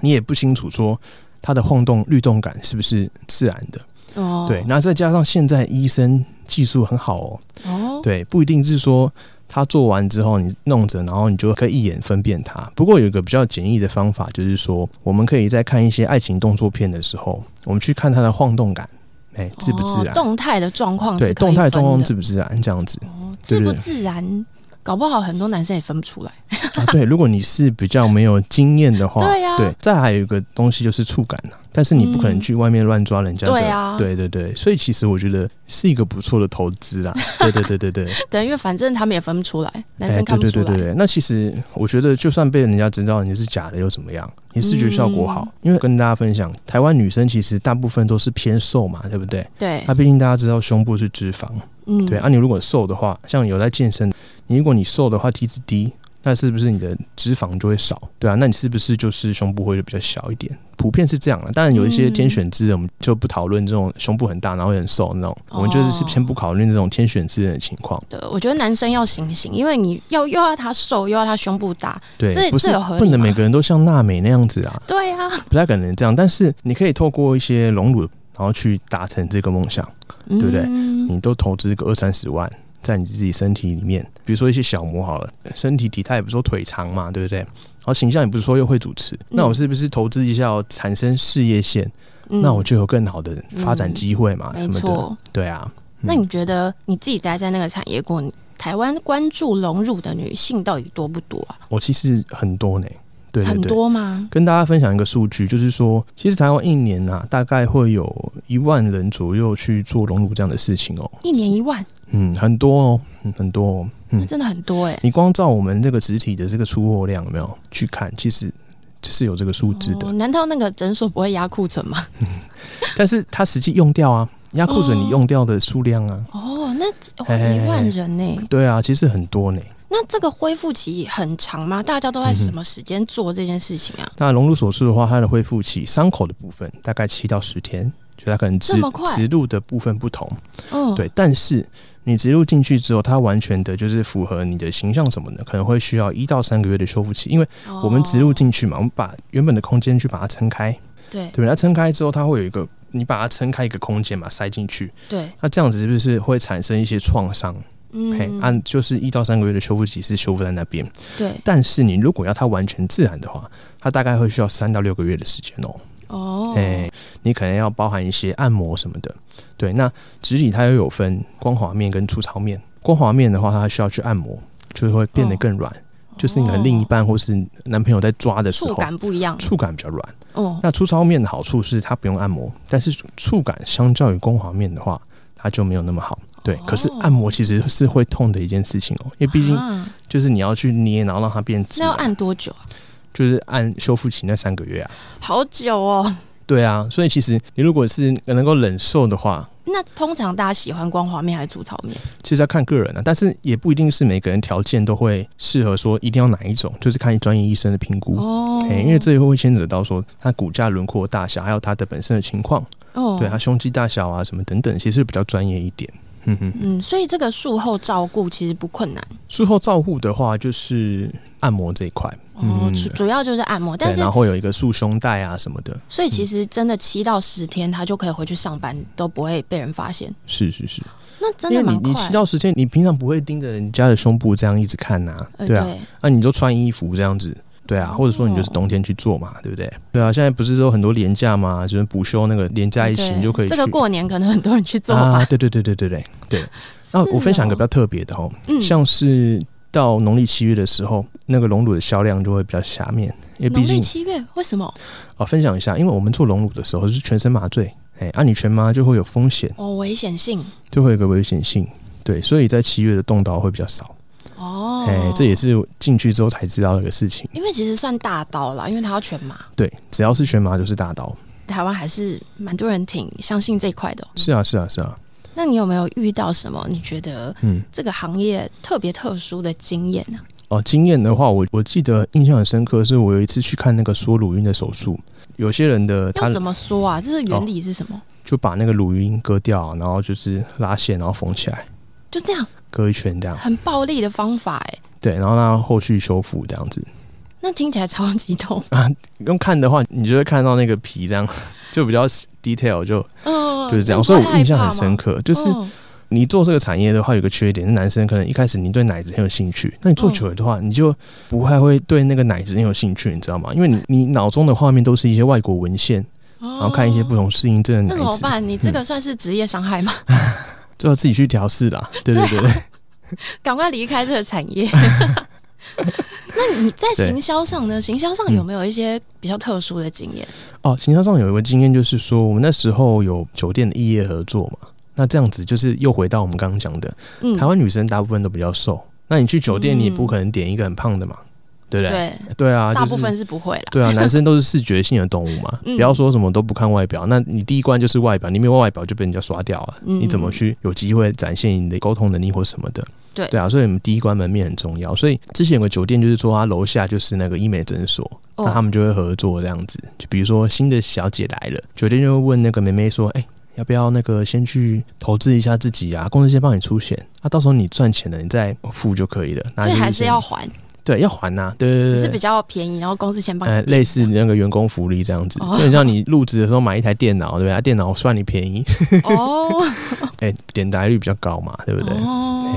Speaker 3: 你也不清楚说它的晃动律动感是不是自然的，
Speaker 2: 哦，
Speaker 3: 对。那再加上现在医生技术很好哦，
Speaker 2: 哦，
Speaker 3: 对，不一定是说他做完之后你弄着，然后你就可以一眼分辨它。不过有一个比较简易的方法，就是说我们可以在看一些爱情动作片的时候，我们去看它的晃动感，哎、自不自然？
Speaker 2: 哦动态的状况
Speaker 3: 对，
Speaker 2: 是可以
Speaker 3: 动态
Speaker 2: 分
Speaker 3: 状况
Speaker 2: 的
Speaker 3: 自不自然这样子
Speaker 2: 哦
Speaker 3: 对
Speaker 2: 自
Speaker 3: 对
Speaker 2: 不
Speaker 3: 对
Speaker 2: 自然，搞不好很多男生也
Speaker 3: [LAUGHS]
Speaker 2: 分不出来。
Speaker 3: 啊。对，如果你是比较没有经验的话，
Speaker 2: [LAUGHS] 对啊
Speaker 3: 再还有一个东西就是触感啊，但是你不可能
Speaker 2: 嗯
Speaker 3: 去外面乱抓人家的。
Speaker 2: 对啊
Speaker 3: 对对对，所以其实我觉得是一个不错的投资啊。对对对对对。
Speaker 2: 对，因为反正他们也分不出来，
Speaker 3: 哎，
Speaker 2: 男生看不出
Speaker 3: 对
Speaker 2: 来。
Speaker 3: 对对对对，那其实我觉得，就算被人家知道你是假的又怎么样？你视觉效果
Speaker 2: 嗯
Speaker 3: 好，因为跟大家分享，台湾女生其实大部分都是偏瘦嘛，对不对？
Speaker 2: 对
Speaker 3: 那毕竟大家知道胸部是脂肪，
Speaker 2: 哎
Speaker 3: 啊
Speaker 2: 嗯，
Speaker 3: 对啊。你如果瘦的话，像有在健身，你如果你瘦的话，体脂低，那是不是你的脂肪就会少？对啊，那你是不是就是胸部会比较小一点？普遍是这样啊。当然有一些
Speaker 2: 嗯
Speaker 3: 天选之人，我们就不讨论这种胸部很大然后很瘦那种，我们就是
Speaker 2: 哦
Speaker 3: 先不考虑那种天选之人的情况。
Speaker 2: 的，我觉得男生要醒醒，因为你要又要他瘦，又要他胸部大，这
Speaker 3: 对，不
Speaker 2: 这
Speaker 3: 是
Speaker 2: 有合理
Speaker 3: 不能
Speaker 2: 吗
Speaker 3: 每个人都像娜美那样子啊，
Speaker 2: 对呀、
Speaker 3: 不太可能这样。但是你可以透过一些隆乳，然后去达成这个梦想。
Speaker 2: 对
Speaker 3: 不对
Speaker 2: 嗯、
Speaker 3: 你都投资个二三十万在你自己身体里面，比如说一些小模好了，身体体态也不是说腿长嘛，对不对？然后形象也不是说又会主持，那我是不是投资一下哦产生事业线，
Speaker 2: 嗯
Speaker 3: 那我就有更好的发展机会嘛？
Speaker 2: 没
Speaker 3: 什么的，
Speaker 2: 错。
Speaker 3: 对啊。
Speaker 2: 那你觉得你自己待在那个产业过，你台湾关注隆乳的女性到底多不多啊？
Speaker 3: 我其实很多呢，对对
Speaker 2: 很
Speaker 3: 对。
Speaker 2: 多吗？
Speaker 3: 跟大家分享一个数据，就是说，其实台湾一年啊，大概会有一万人左右去做隆乳这样的事情哦，
Speaker 2: 一年一万，
Speaker 3: 嗯，很多哦，嗯，很多哦，
Speaker 2: 那真的很多哎、
Speaker 3: 你光照我们这个实体的这个出货量有没有去看，其实是有这个数字的，
Speaker 2: 哦，难道那个诊所不会压库存
Speaker 3: [LAUGHS]
Speaker 2: 吗？
Speaker 3: 但是它实际用掉啊，压库存
Speaker 2: 嗯
Speaker 3: 你用掉的数量啊，
Speaker 2: 哦，那哦
Speaker 3: 嘿嘿嘿
Speaker 2: 一万人呢、
Speaker 3: 对啊，其实很多呢。
Speaker 2: 那这个恢复期很长吗？大家都在
Speaker 3: 嗯哼
Speaker 2: 什么时间做这件事情啊？
Speaker 3: 那隆乳手术的话，它的恢复期伤口的部分大概七到十天，就它可能植
Speaker 2: 这么快
Speaker 3: 植入的部分不同，
Speaker 2: 嗯，，
Speaker 3: 对，但是。你植入进去之后，它完全的就是符合你的形象什么的，可能会需要一到三个月的修复期，因为
Speaker 2: 哦
Speaker 3: 我们植入进去嘛，我们把原本的空间去把它撑开，
Speaker 2: 对
Speaker 3: 对，它撑开之后，它会有一个，你把它撑开一个空间嘛，塞进去，
Speaker 2: 对，
Speaker 3: 那这样子是不是会产生一些创伤？嘿，
Speaker 2: 嗯，
Speaker 3: 按、就是一到三个月的修复期是修复在那边，
Speaker 2: 对，
Speaker 3: 但是你如果要它完全自然的话，它大概会需要三到六个月的时间哦、
Speaker 2: 哦，
Speaker 3: 哎、你可能要包含一些按摩什么的。对，那直理它又有分光滑面跟粗糙面，光滑面的话，它需要去按摩，就会变得更软，就是你可能另一
Speaker 2: 哦
Speaker 3: 半或是男朋友在抓的时
Speaker 2: 触
Speaker 3: 候，
Speaker 2: 感不一样，
Speaker 3: 触感比较软。
Speaker 2: 哦，
Speaker 3: 那粗糙面的好处是它不用按摩，但是触感相较于光滑面的话，它就没有那么好。对
Speaker 2: 哦，
Speaker 3: 可是按摩其实是会痛的一件事情哦、因为毕竟
Speaker 2: 啊
Speaker 3: 就是你要去捏，然后让它变直
Speaker 2: 那要
Speaker 3: 嘛，
Speaker 2: 按多久啊？
Speaker 3: 就是按修复期那三个月啊。
Speaker 2: 好久哦。
Speaker 3: 对啊，所以其实你如果是能够忍受的话，
Speaker 2: 那通常大家喜欢光滑面还是粗糙面？
Speaker 3: 其实要看个人啊，但是也不一定是每个人条件都会适合说一定要哪一种，就是看专业医生的评估。
Speaker 2: 哦
Speaker 3: 哎，因为这会牵扯到说它骨架轮廓的大小，还有它的本身的情况，
Speaker 2: 哦
Speaker 3: 对它胸肌大小啊什么等等，其实比较专业一点。嗯哼。
Speaker 2: 嗯，所以这个术后照顾其实不困难
Speaker 3: 术后照护的话，就是按摩这一块，
Speaker 2: 哦，
Speaker 3: 嗯
Speaker 2: 主主要就是按摩，但
Speaker 3: 对，
Speaker 2: 是
Speaker 3: 然后有一个束胸带啊什么的，
Speaker 2: 所以其实真的七到十天，他就可以回去上班，都不会被人发现，
Speaker 3: 是是是，
Speaker 2: 那真
Speaker 3: 因
Speaker 2: 的
Speaker 3: 为你
Speaker 2: 蛮
Speaker 3: 你
Speaker 2: 快
Speaker 3: 七。到十天，你平常不会盯着人家的胸部这样一直看呐、
Speaker 2: 呃
Speaker 3: 对啊，，那、你就穿衣服这样子，对啊，或者说你就是
Speaker 2: 哦
Speaker 3: 冬天去做嘛，对不对？对啊，现在不是说很多廉价嘛，就是补休那个廉价一
Speaker 2: 对
Speaker 3: 行就可以去
Speaker 2: 这个过年可能很多人去做吧。
Speaker 3: 啊，对对对对对对。
Speaker 2: 哦
Speaker 3: 那我分享一个比较特别的哦，
Speaker 2: 较
Speaker 3: 像是到农历七月的时候，那个隆乳的销量就会比较下面，因为
Speaker 2: 农
Speaker 3: 毕
Speaker 2: 历
Speaker 3: 竟
Speaker 2: 七月为什么？
Speaker 3: 啊，分享一下，因为我们做隆乳的时候是全身麻醉，哎、按、你全麻就会有风险，
Speaker 2: 哦，危险性
Speaker 3: 就会有个危险性，对，所以在七月的动刀会比较少，
Speaker 2: 哦
Speaker 3: 哎、，这也是进去之后才知道那个事情，
Speaker 2: 因为其实算大刀啦，因为他要全麻。
Speaker 3: 对，只要是全麻就是大刀，
Speaker 2: 台湾还是蛮多人挺相信这一块的哦、
Speaker 3: 是啊，是啊，是啊，
Speaker 2: 那你有没有遇到什么你觉得
Speaker 3: 嗯，
Speaker 2: 这个行业特别特殊的经验啊呢、
Speaker 3: 哦，经验的话，我我记得印象很深刻，是我有一次去看那个缩乳晕的手术，有些人的
Speaker 2: 要
Speaker 3: 他哦
Speaker 2: 怎么说啊？这是原理是什么？
Speaker 3: 就把那个乳晕割掉啊，然后就是拉线，然后缝起来，
Speaker 2: 就这样，
Speaker 3: 割一圈这样，
Speaker 2: 很暴力的方法哎、
Speaker 3: 对，然后让它后续修复这样子，
Speaker 2: 那听起来超级
Speaker 3: [LAUGHS]
Speaker 2: 痛。
Speaker 3: 用看的话，你就会看到那个皮这样， [LAUGHS] 就比较 detail，就
Speaker 2: 嗯，
Speaker 3: 就是这样。
Speaker 2: 你
Speaker 3: 所以
Speaker 2: 不
Speaker 3: 我
Speaker 2: 会
Speaker 3: 印象
Speaker 2: 害怕
Speaker 3: 很深
Speaker 2: 吗，
Speaker 3: 刻，就是
Speaker 2: 嗯
Speaker 3: 你做这个产业的话，有个缺点，男生可能一开始你对奶子很有兴趣，那你做
Speaker 2: 嗯
Speaker 3: 久了的话，你就不太会对那个奶子很有兴趣，你知道吗？因为你你脑中的画面都是一些外国文献，然后看一些不同适应症的
Speaker 2: 嗯哦
Speaker 3: 奶
Speaker 2: 那怎么
Speaker 3: 子，嗯
Speaker 2: 办？你这个算是职业伤害吗？ [LAUGHS]
Speaker 3: 就要自己去调试啦。对对对对。
Speaker 2: 赶快离开这个产
Speaker 3: [LAUGHS]
Speaker 2: 业。那你在
Speaker 3: 对
Speaker 2: 行销上呢？行销上有没有一些比较特殊的经验？
Speaker 3: 哦，行销上有一个经验，就是说我们那时候有酒店的异业合作嘛，那这样子就是又回到我们刚刚讲的，
Speaker 2: 嗯
Speaker 3: 台湾女生大部分都比较瘦，那你去酒店你也不可能点一个很胖的嘛，对不对？
Speaker 2: 对，
Speaker 3: 对啊，
Speaker 2: 大
Speaker 3: 就是
Speaker 2: 部分是不会啦。
Speaker 3: 对啊， [LAUGHS] 男生都是视觉性的动物嘛，
Speaker 2: 嗯
Speaker 3: 不要说什么都不看外表，那你第一关就是外表，你没有外表就被人家刷掉了，
Speaker 2: 嗯
Speaker 3: 你怎么去有机会展现你的沟通能力或什么的？
Speaker 2: 对
Speaker 3: 对啊，所以我们第一关门面很重要。所以之前有个酒店就是说，他楼下就是那个医美诊所，
Speaker 2: 哦
Speaker 3: 那他们就会合作这样子，就比如说新的小姐来了，酒店就会问那个妹妹说，哎、要不要那个先去投资一下自己啊？公司先帮你出钱，那、到时候你赚钱了，你再付就可以了。那
Speaker 2: 所以还
Speaker 3: 就是先
Speaker 2: 要还，
Speaker 3: 对要还呐、对对对对，
Speaker 2: 只是比较便宜，然后公司先
Speaker 3: [LAUGHS]
Speaker 2: 帮你
Speaker 3: 呃，类似那个员工福利这样子，
Speaker 2: 哦
Speaker 3: 就很像你入职的时候买一台电脑，对不对？啊电脑算你便
Speaker 2: [LAUGHS]
Speaker 3: 宜，
Speaker 2: 哦
Speaker 3: 哎、点台率比较高嘛，对不对？哎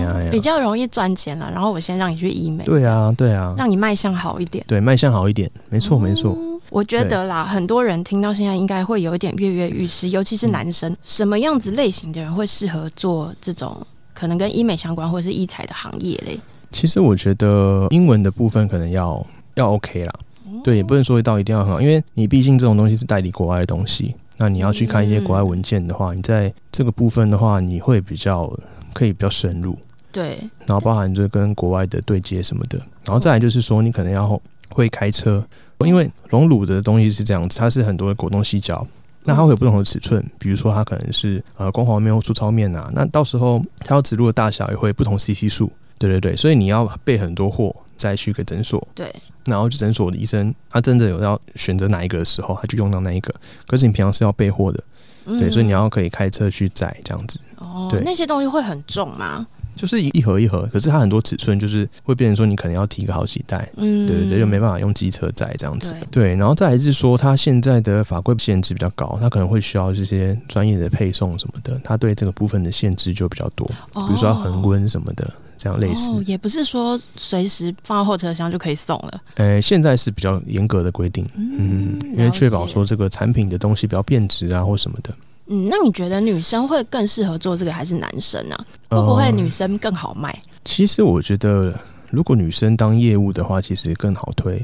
Speaker 3: 呀哎
Speaker 2: 哦
Speaker 3: 呀，
Speaker 2: 比较容易赚钱了。然后我先让你去医美，
Speaker 3: 对啊，对啊，
Speaker 2: 让你卖相好一点。
Speaker 3: 对卖相好一点，没错没错，
Speaker 2: 嗯我觉得啦，很多人听到现在应该会有一点跃跃欲试，尤
Speaker 3: 嗯
Speaker 2: 其是男生，什么样子类型的人会适合做这种可能跟医美相关或者是医材的行业嘞？
Speaker 3: 其实我觉得英文的部分可能要要 OK 啦，
Speaker 2: 哦
Speaker 3: 对，也不能说到一定要很好，因为你毕竟这种东西是代理国外的东西，那你要去看一些国外文件的话，你在这个部分的话，你会比较可以比较深入，
Speaker 2: 对，
Speaker 3: 然后包含就是跟国外的对接什么的，然后再来就是说你可能要会开车，因为荣乳的东西是这样子，它是很多的果冻细胶，那它会有不同的尺寸，比如说它可能是呃光滑面或粗糙面啊，那到时候它要植入的大小也会不同 CC 数，对对对，所以你要备很多货再去给诊所，
Speaker 2: 对，
Speaker 3: 然后去诊所的医生他真的有要选择哪一个的时候，他就用到那一个，可是你平常是要备货的，对，
Speaker 2: 嗯
Speaker 3: 所以你要可以开车去载这样子。
Speaker 2: 哦
Speaker 3: 对，
Speaker 2: 那些东西会很重吗？
Speaker 3: 就是一一盒一盒，可是它很多尺寸就是会变成说你可能要提个好几袋，
Speaker 2: 嗯，
Speaker 3: 对对对，就没办法用机车载这样子。
Speaker 2: 对
Speaker 3: 对，然后再来是说，它现在的法规限制比较高，它可能会需要这些专业的配送什么的，它对这个部分的限制就比较多，比
Speaker 2: 哦，
Speaker 3: 如说要恒温什么的，这样类似
Speaker 2: 哦。，也不是说随时放到后车厢就可以送了。
Speaker 3: 呃，现在是比较严格的规定，嗯，因为
Speaker 2: 了
Speaker 3: 确保
Speaker 2: 解
Speaker 3: 说这个产品的东西不要变质啊或什么的。
Speaker 2: 嗯，那你觉得女生会更适合做这个还是男生呢、会不会
Speaker 3: 呃
Speaker 2: 女生更好卖？
Speaker 3: 其实我觉得，如果女生当业务的话，其实更好推。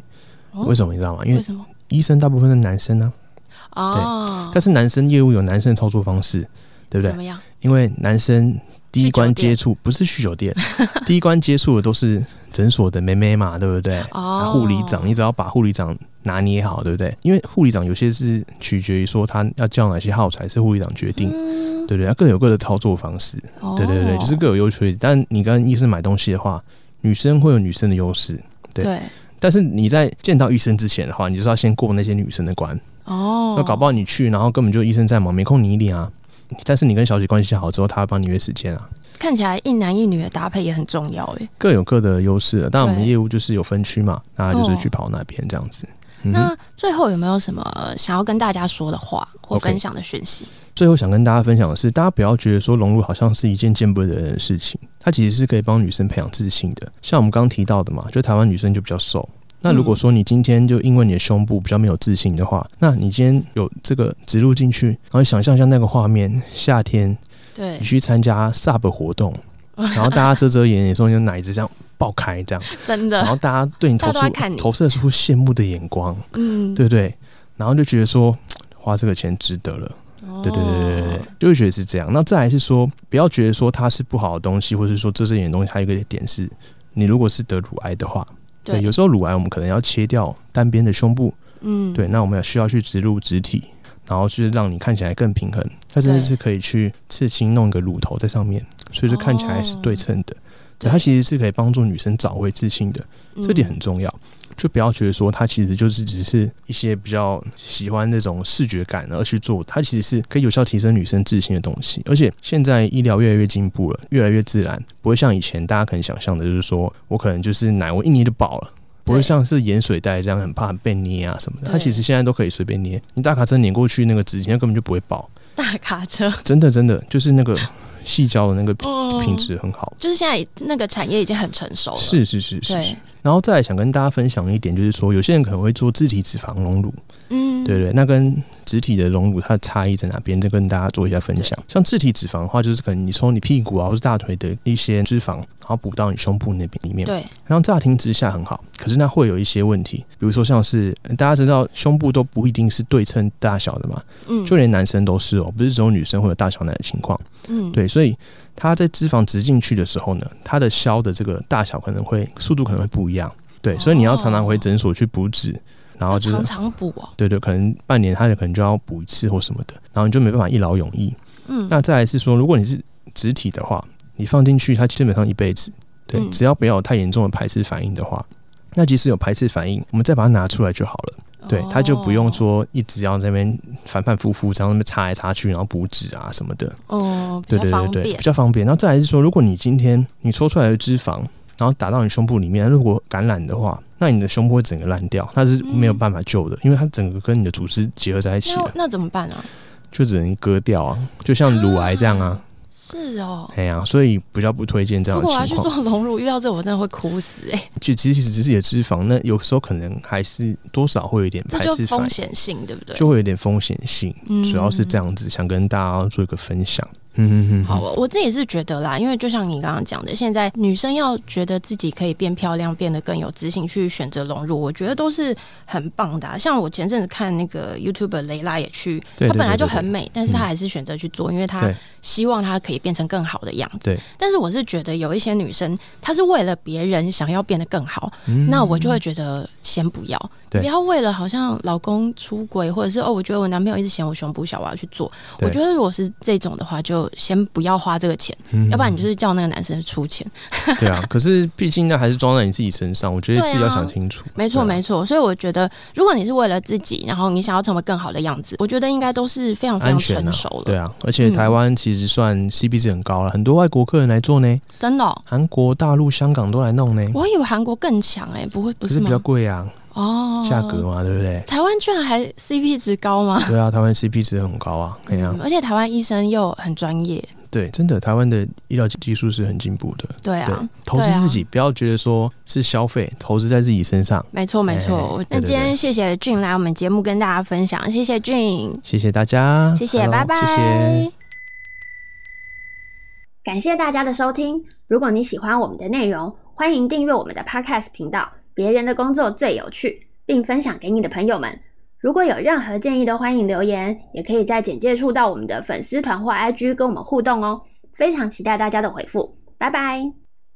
Speaker 2: 哦
Speaker 3: 为什么你知道吗？因
Speaker 2: 为
Speaker 3: 为
Speaker 2: 什么？
Speaker 3: 医生大部分是男生啊。
Speaker 2: 哦，
Speaker 3: 但是男生业务有男生的操作方式，对不
Speaker 2: 怎
Speaker 3: 对？
Speaker 2: 么样？
Speaker 3: 因为男生第一关
Speaker 2: 去酒
Speaker 3: 接
Speaker 2: 店
Speaker 3: 触不是去酒
Speaker 2: [LAUGHS]
Speaker 3: 店，第一关接触的都是诊所的妹妹嘛，对不对？然
Speaker 2: 哦，
Speaker 3: 后护理长，你只要把护理长拿捏好，对不对？因为护理长有些是取决于说他要叫哪些号材是护理长决定，
Speaker 2: 嗯，
Speaker 3: 对不对？他各有各的操作方式，对对对，
Speaker 2: 哦
Speaker 3: 就是各有优缺点。但你跟医生买东西的话，女生会有女生的优势，对
Speaker 2: 对
Speaker 3: 但是你在见到医生之前的话，你就是要先过那些女生的关。
Speaker 2: 哦，
Speaker 3: 那搞不好你去，然后根本就医生在忙，没空理你啊。但是你跟小姐关系好之后，她会帮你约时间啊，
Speaker 2: 看起来一男一女的搭配也很重要欸诶。
Speaker 3: 各有各的优势啊。当然我们
Speaker 2: 对
Speaker 3: 业务就是有分区嘛，那就是
Speaker 2: 哦
Speaker 3: 去跑那边这样子。嗯哼，
Speaker 2: 那最后有没有什么想要跟大家说的话或
Speaker 3: OK
Speaker 2: 分享的讯息？
Speaker 3: 最后想跟大家分享的是，大家不要觉得说融入好像是一件见不得人的事情，它其实是可以帮女生培养自信的。像我们刚刚提到的嘛，就台湾女生就比较瘦。
Speaker 2: 嗯
Speaker 3: 那如果说你今天就因为你的胸部比较没有自信的话，那你今天有这个植入进去，然后想象一下那个画面，夏天
Speaker 2: 对
Speaker 3: 你，去参加 SUB 活动，然后大家遮遮掩掩的时候，你的奶子这样爆开，这样，
Speaker 2: 真
Speaker 3: 然
Speaker 2: 的，
Speaker 3: 后大家对你投
Speaker 2: 大家都在看
Speaker 3: 出
Speaker 2: 你
Speaker 3: 投射出羡慕的眼光，
Speaker 2: 嗯，
Speaker 3: 对不对？然后就觉得说花这个钱值得了，
Speaker 2: 哦，
Speaker 3: 对对对对对对，就会觉得是这样。那再来是说，不要觉得说它是不好的东西，或者是说遮遮掩掩的东西。还有一个点是，你如果是得乳癌的话，对，有
Speaker 2: 对，
Speaker 3: 时候乳癌我们可能要切掉单边的胸部，
Speaker 2: 嗯，
Speaker 3: 对，那我们也需要去植入植体。然后就是让你看起来更平衡，它甚至是可以去刺青弄个乳头在上面，所以就看起来是对称的。对，它其实是可以帮助女生找回自信的，
Speaker 2: 嗯
Speaker 3: 这点很重要。就不要觉得说它其实就是只是一些比较喜欢那种视觉感而去做，它其实是可以有效提升女生自信的东西。而且现在医疗越来越进步了，越来越自然，不会像以前大家可能想象的，就是说我可能就是奶我一捏就饱了。不会
Speaker 2: 对
Speaker 3: 像是盐水袋这样很怕被捏啊什么的，它
Speaker 2: 对
Speaker 3: 其实现在都可以随便捏，你大卡车碾过去那个纸巾它根本就不会爆，
Speaker 2: 大卡车，
Speaker 3: 真的真的就是那个细胶的那个品
Speaker 2: 嗯
Speaker 3: 品质很好。
Speaker 2: 就是现在那个产业已经很成熟了，
Speaker 3: 是是是是是
Speaker 2: 对，，
Speaker 3: 然后再来想跟大家分享一点，就是说有些人可能会做自体脂肪隆乳，
Speaker 2: 嗯，
Speaker 3: 对不对，那跟植体的隆乳它的差异在哪边？再跟大家做一下分享。像自体脂肪的话，就是可能你从你屁股啊或是大腿的一些脂肪，然后补到你胸部那边里面。
Speaker 2: 对，
Speaker 3: 然后乍听之下很好，可是那会有一些问题，比如说像是呃大家知道胸部都不一定是对称大小的嘛，
Speaker 2: 嗯，
Speaker 3: 就连男生都是哦，不是只有女生会有大小奶的情况。
Speaker 2: 嗯，
Speaker 3: 对，所以它在脂肪植进去的时候呢，它的消的这个大小可能会速度可能会不一样。对，所以你要常常回诊所去补脂，然后就是
Speaker 2: 常常补哦，
Speaker 3: 对对，可能半年他可能就要补一次或什么的，然后你就没办法一劳永逸。
Speaker 2: 嗯，
Speaker 3: 那再来是说，如果你是植体的话，你放进去它基本上一辈子，对，
Speaker 2: 嗯
Speaker 3: 只要不要有太严重的排斥反应的话，那即使有排斥反应，我们再把它拿出来就好了。对，它就不
Speaker 2: 哦
Speaker 3: 用说一直要在那边反反复复，这样那边擦来擦去，然后补脂啊什么的。
Speaker 2: 哦，
Speaker 3: 对
Speaker 2: 比较
Speaker 3: 对对
Speaker 2: 方
Speaker 3: 对，
Speaker 2: 便
Speaker 3: 比，较方便。然后再来是说，如果你今天你抽出来的脂肪，然后打到你胸部里面，如果感染的话，那你的胸部会整个烂掉，那是没有办法救的，因为它整个跟你的组织结合在一起
Speaker 2: 那
Speaker 3: 了，
Speaker 2: 那怎么办啊？
Speaker 3: 就只能割掉啊，就像乳癌这样啊，
Speaker 2: 是哦，
Speaker 3: 哎呀、所以比较不推荐这
Speaker 2: 如
Speaker 3: 样
Speaker 2: 果我要
Speaker 3: 的
Speaker 2: 去
Speaker 3: 情
Speaker 2: 做
Speaker 3: 况。
Speaker 2: 隆乳，遇到这我真的会哭死
Speaker 3: [LAUGHS]
Speaker 2: 哎、
Speaker 3: 就其实只是你的脂肪，那有时候可能还是多少会有一点
Speaker 2: 这
Speaker 3: 排
Speaker 2: 就
Speaker 3: 斥反
Speaker 2: 风
Speaker 3: 应，
Speaker 2: 险性对不对？
Speaker 3: 就会有点风险性，
Speaker 2: 嗯
Speaker 3: 主要是这样子，想跟大家做一个分享。嗯嗯嗯，
Speaker 2: 好，我我自己是觉得啦，因为就像你刚刚讲的，现在女生要觉得自己可以变漂亮、变得更有自信，去选择融入，我觉得都是很棒的啊、像我前阵子看那个 YouTube 雷拉也去，
Speaker 3: 对对
Speaker 2: 她本来
Speaker 3: 对
Speaker 2: 就
Speaker 3: 对
Speaker 2: 很美，但是她
Speaker 3: 嗯
Speaker 2: 还是选择去做，因为她
Speaker 3: 对
Speaker 2: 希望她可以变成更好的样子。
Speaker 3: 对，
Speaker 2: 但是我是觉得有一些女生，她是为了别人想要变得更好，
Speaker 3: 嗯
Speaker 2: 那我就会觉得先不要，
Speaker 3: 对
Speaker 2: 不要为了好像老公出轨，或者是哦，我觉得我男朋友一直嫌我胸部小，我要去做。
Speaker 3: 对
Speaker 2: 我觉得如果是这种的话，就先不要花这个钱，
Speaker 3: 嗯
Speaker 2: 要不然你就是叫那个男生出钱。
Speaker 3: 对啊，可是毕竟那还是装在你自己身上，我觉
Speaker 2: 啊
Speaker 3: 得自己要想清楚。
Speaker 2: 没错，
Speaker 3: 对啊
Speaker 2: 没错。所以我觉得，如果你是为了自己，然后你想要成为更好的样子，我觉得应该都是非常非
Speaker 3: 安
Speaker 2: 常
Speaker 3: 全
Speaker 2: 成
Speaker 3: 啊
Speaker 2: 熟了，嗯
Speaker 3: 对啊，而且台湾其实算 CP 值很高了，很多外国客人来做呢，
Speaker 2: 真的哦、
Speaker 3: 韩国、大陆、香港都来弄呢，
Speaker 2: 我以为韩国更强哎、不会不
Speaker 3: 可
Speaker 2: 是
Speaker 3: 是比
Speaker 2: 吗？
Speaker 3: 较贵啊，
Speaker 2: 哦，
Speaker 3: 价格。嘛，对不对？
Speaker 2: 台湾居然还 CP 值高吗？
Speaker 3: 对啊，台湾 CP 值很高
Speaker 2: [LAUGHS]
Speaker 3: 啊，哎呀、
Speaker 2: 嗯而且台湾医生又很专业，
Speaker 3: 对，真的，台湾的医疗技术是很进步的。
Speaker 2: 对啊，
Speaker 3: 对，投资自己，不要觉得说是消费，投资在自己身上。
Speaker 2: 没错没错
Speaker 3: 哎。对对
Speaker 2: 那
Speaker 3: 对
Speaker 2: 今天谢谢俊来我们节目跟大家分享，谢谢俊，
Speaker 3: 谢谢大家，
Speaker 2: 谢谢，
Speaker 3: Hello，
Speaker 2: 拜拜，
Speaker 3: 谢谢。
Speaker 1: 感谢大家的收听。如果你喜欢我们的内容，欢迎订阅我们的 Podcast 频道《别人的工作最有趣》，并分享给你的朋友们。如果有任何建议，都欢迎留言，也可以在简介处到我们的粉丝团或 IG 跟我们互动哦。非常期待大家的回复，拜拜。